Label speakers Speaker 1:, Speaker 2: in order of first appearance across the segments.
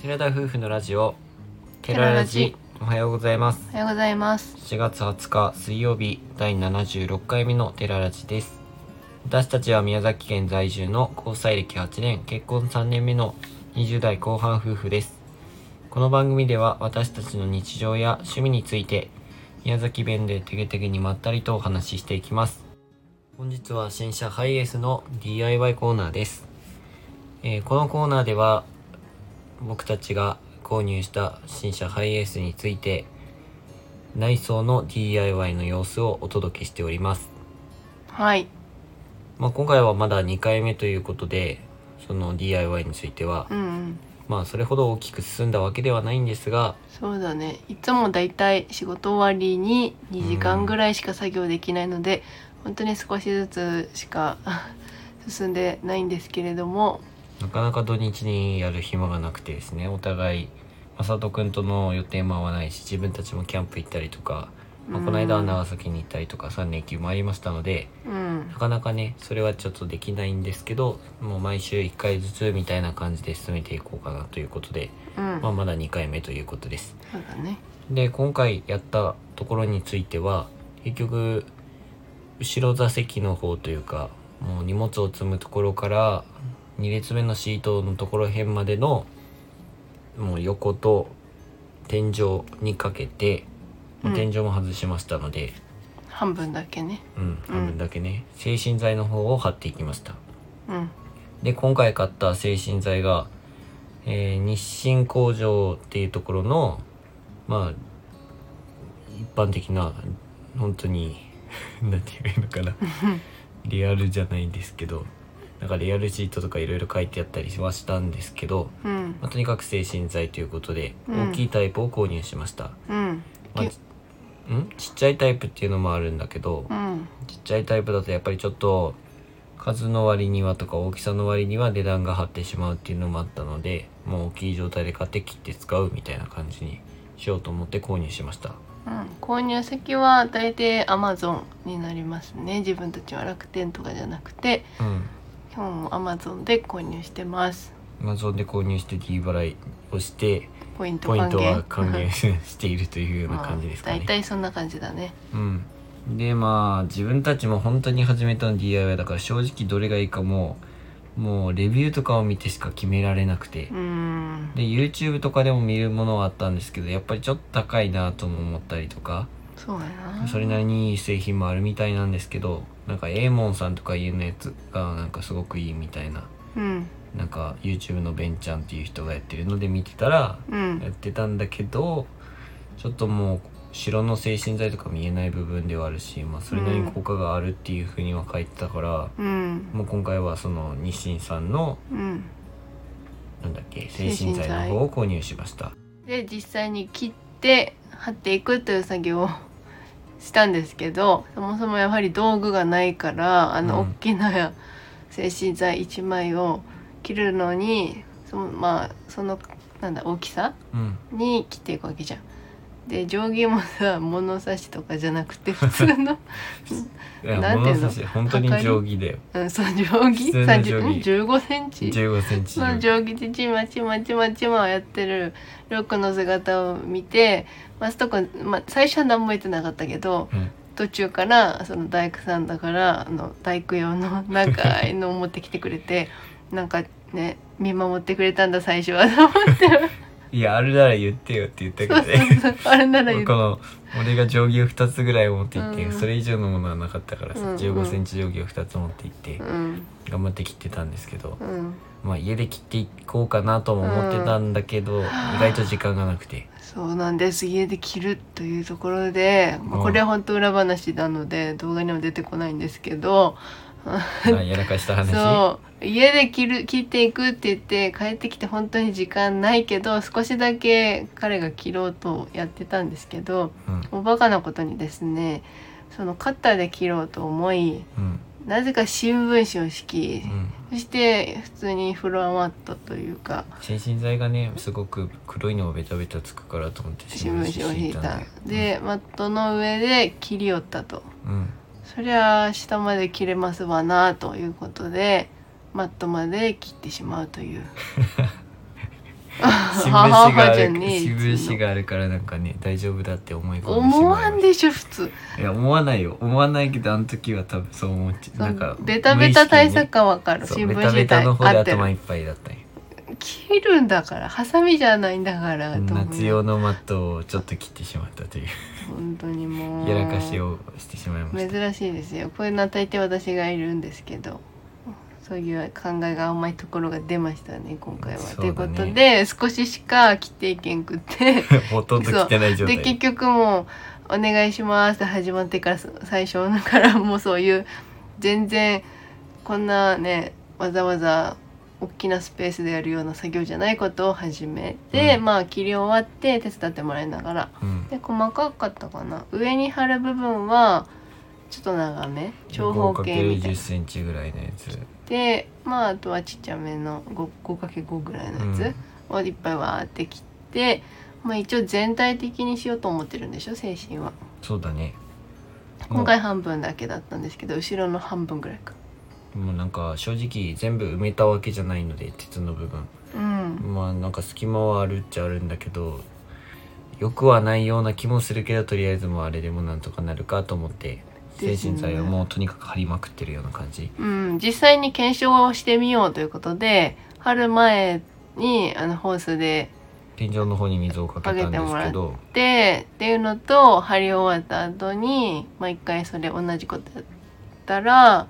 Speaker 1: 寺田夫婦のラジオ寺ラジおはようございます
Speaker 2: おはようございます。
Speaker 1: 7月20日水曜日第76回目の寺ラジです私たちは宮崎県在住の交際歴8年結婚3年目の20代後半夫婦ですこの番組では私たちの日常や趣味について宮崎弁でてげてげにまったりとお話ししていきます本日は新車ハイエースの DIY コーナーです、えーこのコーナーでは僕たちが購入した新車ハイエースについて内装の DIY の様子をお届けしております、
Speaker 2: はい。
Speaker 1: まあ、今回はまだ2回目ということでその DIY については
Speaker 2: うん、うん。
Speaker 1: まあそれほど大きく進んだわけではないんですが
Speaker 2: そうだね。いつもだいたい仕事終わりに2時間ぐらいしか作業できないので、本当に少しずつしか 進んでないんですけれども、
Speaker 1: なかなか土日にやる暇がなくてですねお互い正人君との予定も合わないし自分たちもキャンプ行ったりとか、まあ、この間は長崎に行ったりとか3連休もありましたので
Speaker 2: うん
Speaker 1: な。かなかねそれはちょっとできないんですけどもう毎週1回ずつみたいな感じで進めていこうかなということで、
Speaker 2: うん。
Speaker 1: まあ、まだ2回目ということです。
Speaker 2: そうだね。
Speaker 1: で今回やったところについては結局後ろ座席の方というかもう荷物を積むところから2列目のシートのところ辺までのもう横と天井にかけて、
Speaker 2: うん
Speaker 1: 天井も外しましたので、
Speaker 2: 半分だけね。
Speaker 1: うん、半分だけね、精神剤の方を貼っていきました。
Speaker 2: うん。
Speaker 1: で今回買った精神剤が、えー日清工場っていうところのまあ一般的な本当に なんて言うのかなリアルじゃないんですけどなんかリアルシートとかいろいろ書いてあったりはしたんですけど、
Speaker 2: うん。
Speaker 1: まあ、とにかく精神剤ということで、
Speaker 2: うん
Speaker 1: 大きいタイプを購入しました、
Speaker 2: うん。
Speaker 1: まあ
Speaker 2: ぎ
Speaker 1: ちんちっちゃいタイプっていうのもあるんだけど、
Speaker 2: うん。
Speaker 1: ちっちゃいタイプだとやっぱりちょっと数の割にはとか大きさの割には値段が張ってしまうっていうのもあったのでもう大きい状態で買って切って使うみたいな感じにしようと思って購入しました
Speaker 2: うん、購入先は大抵 Amazon になりますね自分たちは楽天とかじゃなくて
Speaker 1: うん
Speaker 2: 今日も Amazon で購入してます
Speaker 1: Amazon で購入して D 払いをして
Speaker 2: ポイント
Speaker 1: ポイ
Speaker 2: 還
Speaker 1: ン
Speaker 2: 元
Speaker 1: トは還元しているというような感じですか
Speaker 2: まあ、大
Speaker 1: ね
Speaker 2: 体そんな感じだね
Speaker 1: うんでまあ自分たちも本当に初めての DIY だから正直どれがいいかももうレビューとかを見てしか決められなくて
Speaker 2: うーん
Speaker 1: で YouTube とかでも見るものはあったんですけどやっぱりちょっと高いなとも思ったりとか
Speaker 2: そうやな
Speaker 1: それなりにいい製品もあるみたいなんですけどなんかエーモンさんとか家のやつがなんかすごくいいみたいな
Speaker 2: うん
Speaker 1: なんか YouTube のベンちゃんっていう人がやってるので見てたら
Speaker 2: う
Speaker 1: や
Speaker 2: ん
Speaker 1: ってたんだけどちょっともう白の精神剤とか見えない部分ではあるし、まあ、それなりに効果があるっていうふうには書いてたから、
Speaker 2: うん
Speaker 1: もう今回はその日清さんの
Speaker 2: うん
Speaker 1: なんだっけ精神剤の方を購入しました。
Speaker 2: で実際に切って貼っていくという作業をしたんですけどそもそもやはり道具がないからあの
Speaker 1: うん
Speaker 2: 大きな精神剤1枚を切るのにそのまあそのなんだ大きさ
Speaker 1: うん
Speaker 2: に切っていくわけじゃん。で定規もさ物差しとかじゃなくて普通 の
Speaker 1: いや
Speaker 2: なんていうの
Speaker 1: 物差し本当に定規だよ
Speaker 2: うん、その定規
Speaker 1: 普通の定規
Speaker 2: 30 15センチ
Speaker 1: 15センチ
Speaker 2: その定規でちまちまちまちまやってるりょうくんの姿を見てマスト君、まあ、最初は何も言ってなかったけど
Speaker 1: うん
Speaker 2: 途中からその大工さんだからあの大工用の長いのを持ってきてくれてなんかね見守ってくれたんだ最初は と思って
Speaker 1: いやあれなら言ってよって言ったけど
Speaker 2: そう
Speaker 1: ね
Speaker 2: そうそうあれなら 言
Speaker 1: こ
Speaker 2: う
Speaker 1: の俺が定規を2つぐらい持っていって、
Speaker 2: うん
Speaker 1: それ以上のものはなかったからさ
Speaker 2: うんうん
Speaker 1: 15センチ定規を2つ持っていって
Speaker 2: うん
Speaker 1: 頑張って切ってたんですけど、
Speaker 2: うん
Speaker 1: まあ、家で切っていこうかなとも思ってたんだけど、意外と時間がなく て
Speaker 2: そうなんです家で着るというところで、まあ
Speaker 1: うん
Speaker 2: これは本当裏話なので動画にも出てこないんですけど
Speaker 1: まあやらかした話
Speaker 2: そう家で着る着ていくって言って帰ってきて本当に時間ないけど少しだけ彼が着ろうとやってたんですけど
Speaker 1: うん
Speaker 2: おバカなことにですねそのカッターで切ろうと思い
Speaker 1: うん
Speaker 2: なぜか新聞紙を敷
Speaker 1: う
Speaker 2: き
Speaker 1: ん
Speaker 2: そして普通にフロアマットというか
Speaker 1: 精神剤がねすごく黒いのをベタベタつくからと思って
Speaker 2: 新聞紙を敷い
Speaker 1: んだ
Speaker 2: た
Speaker 1: よ
Speaker 2: でマットの上で切り寄ったと。
Speaker 1: うん
Speaker 2: そりゃあ下まで切れますわ なということでマットまで切ってしまうという
Speaker 1: 新聞紙がある
Speaker 2: 母ちゃんね
Speaker 1: 新聞紙があるからなんかね大丈夫だって思い込んでし
Speaker 2: 思
Speaker 1: ま
Speaker 2: わ
Speaker 1: いま
Speaker 2: ん
Speaker 1: し
Speaker 2: でしょ普通
Speaker 1: たいや思わないよ思わないけどあの時は多分そう思っちゃうなんか
Speaker 2: ベタベタ対策はわか
Speaker 1: 無意
Speaker 2: る
Speaker 1: 識
Speaker 2: 新
Speaker 1: にね
Speaker 2: 聞
Speaker 1: そうベタベ
Speaker 2: 紙
Speaker 1: タの方
Speaker 2: 対
Speaker 1: で
Speaker 2: 合って
Speaker 1: 頭い
Speaker 2: る
Speaker 1: っぱいだったよ
Speaker 2: 切るんだからハサミじゃないんだからと思う
Speaker 1: 夏用のマットをちょっと切ってしまったという
Speaker 2: 本当にもう
Speaker 1: やらかしをしてしまいました
Speaker 2: 珍しいですよこういうの与えて私がいるんですけどそういう考えが甘いところが出ましたね今回は。
Speaker 1: そう
Speaker 2: と
Speaker 1: だ
Speaker 2: い
Speaker 1: ね
Speaker 2: うことで少ししか着ていけんくって
Speaker 1: ほとんど着てない状
Speaker 2: で
Speaker 1: 態
Speaker 2: 結局もう「お願いします」って始まってからそ最初だからもうそういう全然こんなねわざわざ大きなスペースでやるような作業じゃないことを始めて、
Speaker 1: うん
Speaker 2: まあ切り終わって手伝ってもらいながら
Speaker 1: うん
Speaker 2: で細かかったかな上に貼る部分はちょっと長め長方形みたい
Speaker 1: 5×10
Speaker 2: な
Speaker 1: センチぐらいのやつ
Speaker 2: でまああとはちっちゃめの 5×5 ぐらいのやつをいっぱいわーって切って、まあ一応全体的にしようと思ってるんでしょ精神は
Speaker 1: そうだね
Speaker 2: 今回半分だけだったんですけど後ろの半分ぐらいか
Speaker 1: もうなんか正直全部埋めたわけじゃないので鉄の部分
Speaker 2: うん
Speaker 1: まあなんか隙間はあるっちゃあるんだけどよくはないような気もするけどとりあえずもうあれでもなんとかなるかと思って精
Speaker 2: ですね
Speaker 1: 神剤をもうとにかく張りまくってるような感じ
Speaker 2: うん実際に検証をしてみようということで貼る前にあのホースで
Speaker 1: 天井の方に水をかけたんですけ
Speaker 2: かけて
Speaker 1: ど
Speaker 2: ってっていうのと貼り終わった後に毎回それ同じことやったら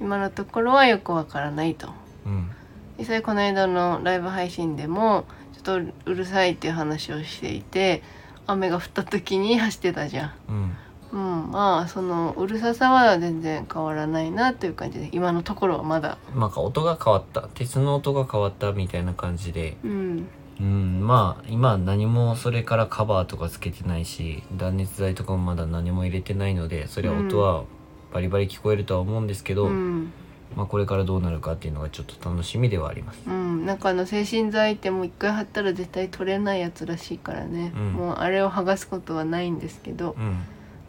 Speaker 2: 今のところはよくわからないと
Speaker 1: うん
Speaker 2: 実際この間のライブ配信でもちょっとうるさいっていう話をしていて雨が降った時に走ってたじゃん。
Speaker 1: うん
Speaker 2: うん、まあそのうるささは全然変わらないなという感じで今のところはまだ、
Speaker 1: なんか音が変わった鉄の音が変わったみたいな感じで
Speaker 2: うん、
Speaker 1: うんまあ今何もそれからカバーとかつけてないし断熱材とかもまだ何も入れてないのでそれは音はバリバリ聞こえるとは思うんですけど、
Speaker 2: うん
Speaker 1: まあ、これからどうなるかっていうのがちょっと楽しみではあります
Speaker 2: うん、なんかあの精神剤ってもう一回貼ったら絶対取れないやつらしいからね、
Speaker 1: うん
Speaker 2: もうあれを剥がすことはないんですけど
Speaker 1: うん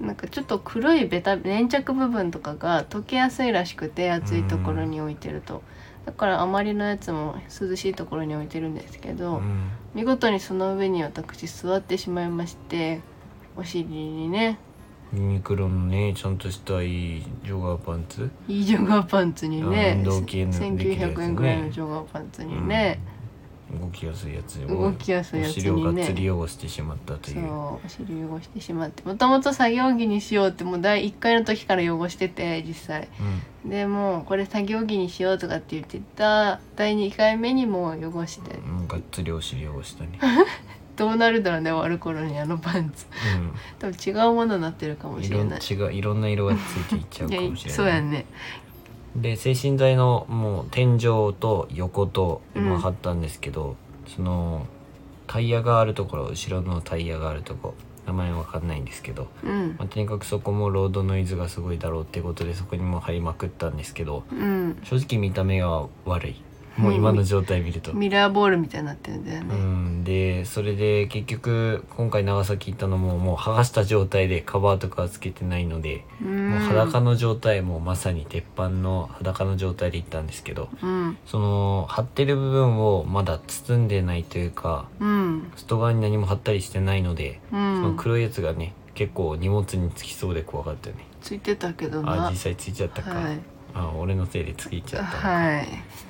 Speaker 2: なんかちょっと黒いベタ粘着部分とかが溶けやすいらしくて暑いところに置いてると、だからあまりのやつも涼しいところに置いてるんですけ
Speaker 1: う
Speaker 2: ど、
Speaker 1: ん
Speaker 2: 見事にその上に私座ってしまいましてお尻にね
Speaker 1: ユニクロのねちゃんとしたいいジョガーパンツ
Speaker 2: いいジョガーパンツに
Speaker 1: あ
Speaker 2: ね
Speaker 1: 運動系のできるやつね
Speaker 2: 1900円ぐらいのジョガーパンツにね、
Speaker 1: 動きやすいやつ
Speaker 2: 動きやすいやつ
Speaker 1: お尻を
Speaker 2: に
Speaker 1: がっつり
Speaker 2: ね
Speaker 1: 汚してしまったとい
Speaker 2: そううお尻汚してしまってもともと作業着にしようってもう第1回の時から汚してて実際でもうこれ作業着にしようとかって言ってた第2回目にもう汚して
Speaker 1: うん、うん、がっつりお尻をした ね、
Speaker 2: どうなるだろうね終わる頃にあのパンツ多分違うものになってるか
Speaker 1: う
Speaker 2: も
Speaker 1: ん、
Speaker 2: し
Speaker 1: い
Speaker 2: れ
Speaker 1: ろん
Speaker 2: な
Speaker 1: ない違ういろんな色がついていっちゃうかもしれない
Speaker 2: いやそうやね
Speaker 1: で精神剤のもう天井と横と
Speaker 2: うん
Speaker 1: 今貼ったんですけど、そのタイヤがあるところ後ろのタイヤがあるとこ名前わかんないんですけど、
Speaker 2: うん
Speaker 1: まあ、とにかくそこもロードノイズがすごいだろうってことでそこにも貼りまくったんですけど
Speaker 2: うん
Speaker 1: 正直見た目が悪いもう今の状態見ると。
Speaker 2: ミラーボールみたいになってるんだよ
Speaker 1: う
Speaker 2: ね、
Speaker 1: ん、でそれで結局今回長崎行ったのももう剥がした状態でカバーとかはつけてないので、
Speaker 2: うん、
Speaker 1: もう裸の状態もうまさに鉄板の裸の状態で行ったんですけど、
Speaker 2: うん
Speaker 1: その貼ってる部分をまだ包んでないというか
Speaker 2: うん
Speaker 1: 外側に何も貼ったりしてないので、
Speaker 2: う
Speaker 1: その
Speaker 2: ん
Speaker 1: 黒いやつがね結構荷物につきそうで怖かったよね、
Speaker 2: ついてたけど
Speaker 1: あ
Speaker 2: な
Speaker 1: 実際ついちゃったか、
Speaker 2: はい
Speaker 1: あ俺のせいでついちゃったのか、
Speaker 2: はい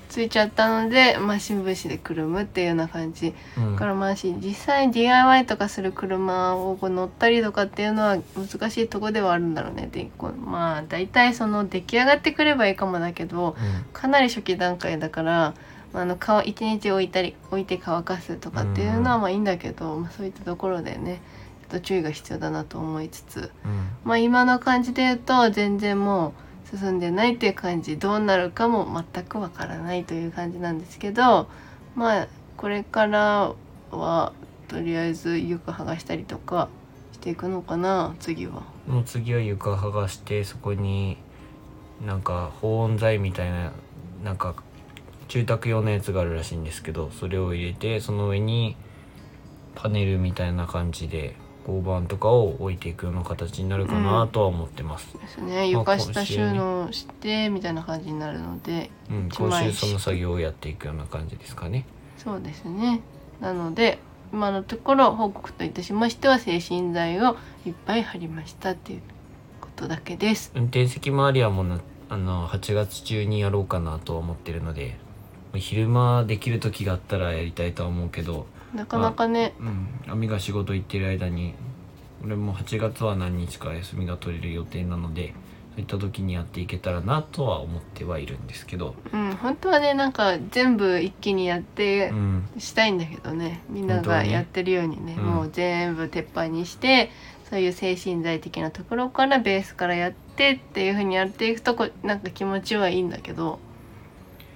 Speaker 2: ついちゃったので、まあ、新聞紙でくるむっていうような感じ、
Speaker 1: うん
Speaker 2: だからまあし実際 DIY とかする車をこう乗ったりとかっていうのは難しいとこではあるんだろうねでこうまあ大体その出来上がってくればいいかもだけ
Speaker 1: う
Speaker 2: ど
Speaker 1: ん
Speaker 2: かなり初期段階だから、まあ、あの乾1日置いたり置いて乾かすとかっていうのはまあいいんだけど、まあ、そういったところでねちょっと注意が必要だなと思いつつ。
Speaker 1: うん
Speaker 2: まあ、今の感じで言うと全然もう進んでないっていう感じどうなるかも全くわからないという感じなんですけどまあこれからはとりあえず床剥がしたりとかしていくのかな次は。
Speaker 1: もう次は床剥がしてそこになんか保温材みたいななんか住宅用のやつがあるらしいんですけどそれを入れてその上にパネルみたいな感じで合板とかを置いていくような形になるかなとは思ってます、
Speaker 2: ですね床下収納してみたいな感じになるので
Speaker 1: うん、
Speaker 2: 一
Speaker 1: 今
Speaker 2: 枚
Speaker 1: 週その作業をやっていくような感じですかね
Speaker 2: そうですねなので今のところ報告といたしましては精神剤をいっぱい貼りましたっていうことだけです。
Speaker 1: 運転席周りはもうなあの8月中にやろうかなとは思ってるので昼間できる時があったらやりたいとは思うけど
Speaker 2: なかなかね、
Speaker 1: うん亜美が仕事行ってる間に俺も8月は何日か休みが取れる予定なのでそういった時にやっていけたらなとは思ってはいるんですけど、
Speaker 2: うん、本当はねなんか全部一気にやって
Speaker 1: うん、
Speaker 2: したいんだけどねみんな
Speaker 1: 本当は
Speaker 2: が
Speaker 1: ね
Speaker 2: やってるようにね
Speaker 1: うん
Speaker 2: もう全部鉄板にしてそういう精神剤的なところからベースからやってっていう風にやっていくとこなんか気持ちはいいんだけど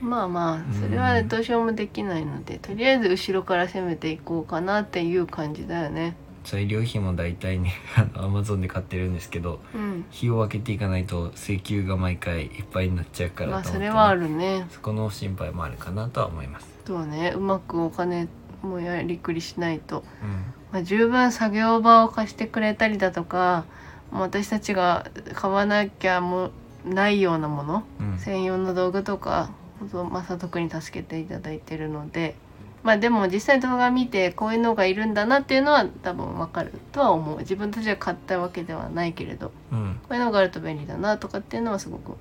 Speaker 2: まあま
Speaker 1: うん
Speaker 2: あそれはどうしようもできないので、とりあえず後ろから攻めていこうかなっていう感じだよね。
Speaker 1: 材料費も大体ね アマゾンで買ってるんですけど
Speaker 2: うん、
Speaker 1: 日を分けていかないと請求が毎回いっぱいになっちゃうから
Speaker 2: まあ
Speaker 1: と思
Speaker 2: そ
Speaker 1: って
Speaker 2: れ
Speaker 1: ね
Speaker 2: はあるね。
Speaker 1: そこの心配もあるかなとは思います。
Speaker 2: あとはねうまくお金もやりくりしないと
Speaker 1: うん
Speaker 2: まあ、十分作業場を貸してくれたりだとかもう私たちが買わなきゃもうないようなもの
Speaker 1: うん
Speaker 2: 専用の道具とか本当まさとくに助けていただいてるのでまあでも実際動画見てこういうのがいるんだなっていうのは多分わかるとは思う自分たちが買ったわけではないけれど
Speaker 1: うん
Speaker 2: こういうのがあると便利だなとかっていうのはすごく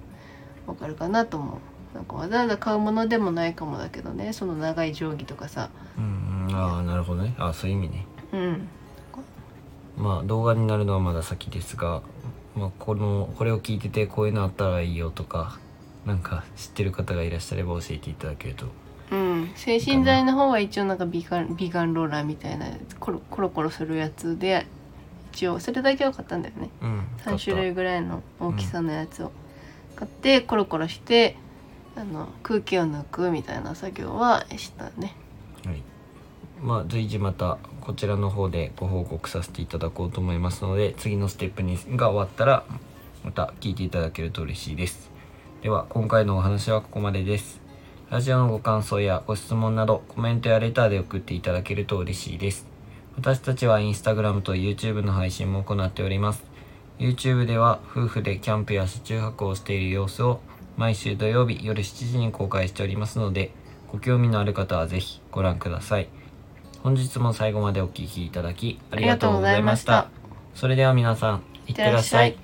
Speaker 2: わかるかなと思うなんかわざわざ買うものでもないかもだけどねその長い定規とかさ
Speaker 1: うんうんああなるほどねあそういう意味ね
Speaker 2: うん
Speaker 1: まあ動画になるのはまだ先ですが、まあ、このこれを聞いててこういうのあったらいいよとかなんか知ってる方がいらっしゃれば教えていただけると
Speaker 2: うん、精神剤の方は一応なんかビガンビガンローラーみたいなやつコロコロコロするやつで一応それだけは買ったんだよね
Speaker 1: うん
Speaker 2: 3種
Speaker 1: 買っ
Speaker 2: 類ぐらいの大きさのやつを買ってコロコロしてあの空気を抜くみたいな作業はしたね
Speaker 1: たはいまあ随時またこちらの方でご報告させていただこうと思いますので次のステップにが終わったらまた聞いていただけると嬉しいですでは今回のお話はここまでですラジオのご感想やご質問などコメントやレターで送っていただけると嬉しいです私たちはインスタグラムと YouTube の配信も行っております YouTube では夫婦でキャンプや車中泊をしている様子を毎週土曜日夜7時に公開しておりますのでご興味のある方はぜひご覧ください本日も最後までお聴きいただきありがとうございました
Speaker 2: ありがとうございま
Speaker 1: それでは皆さんいってらっしゃい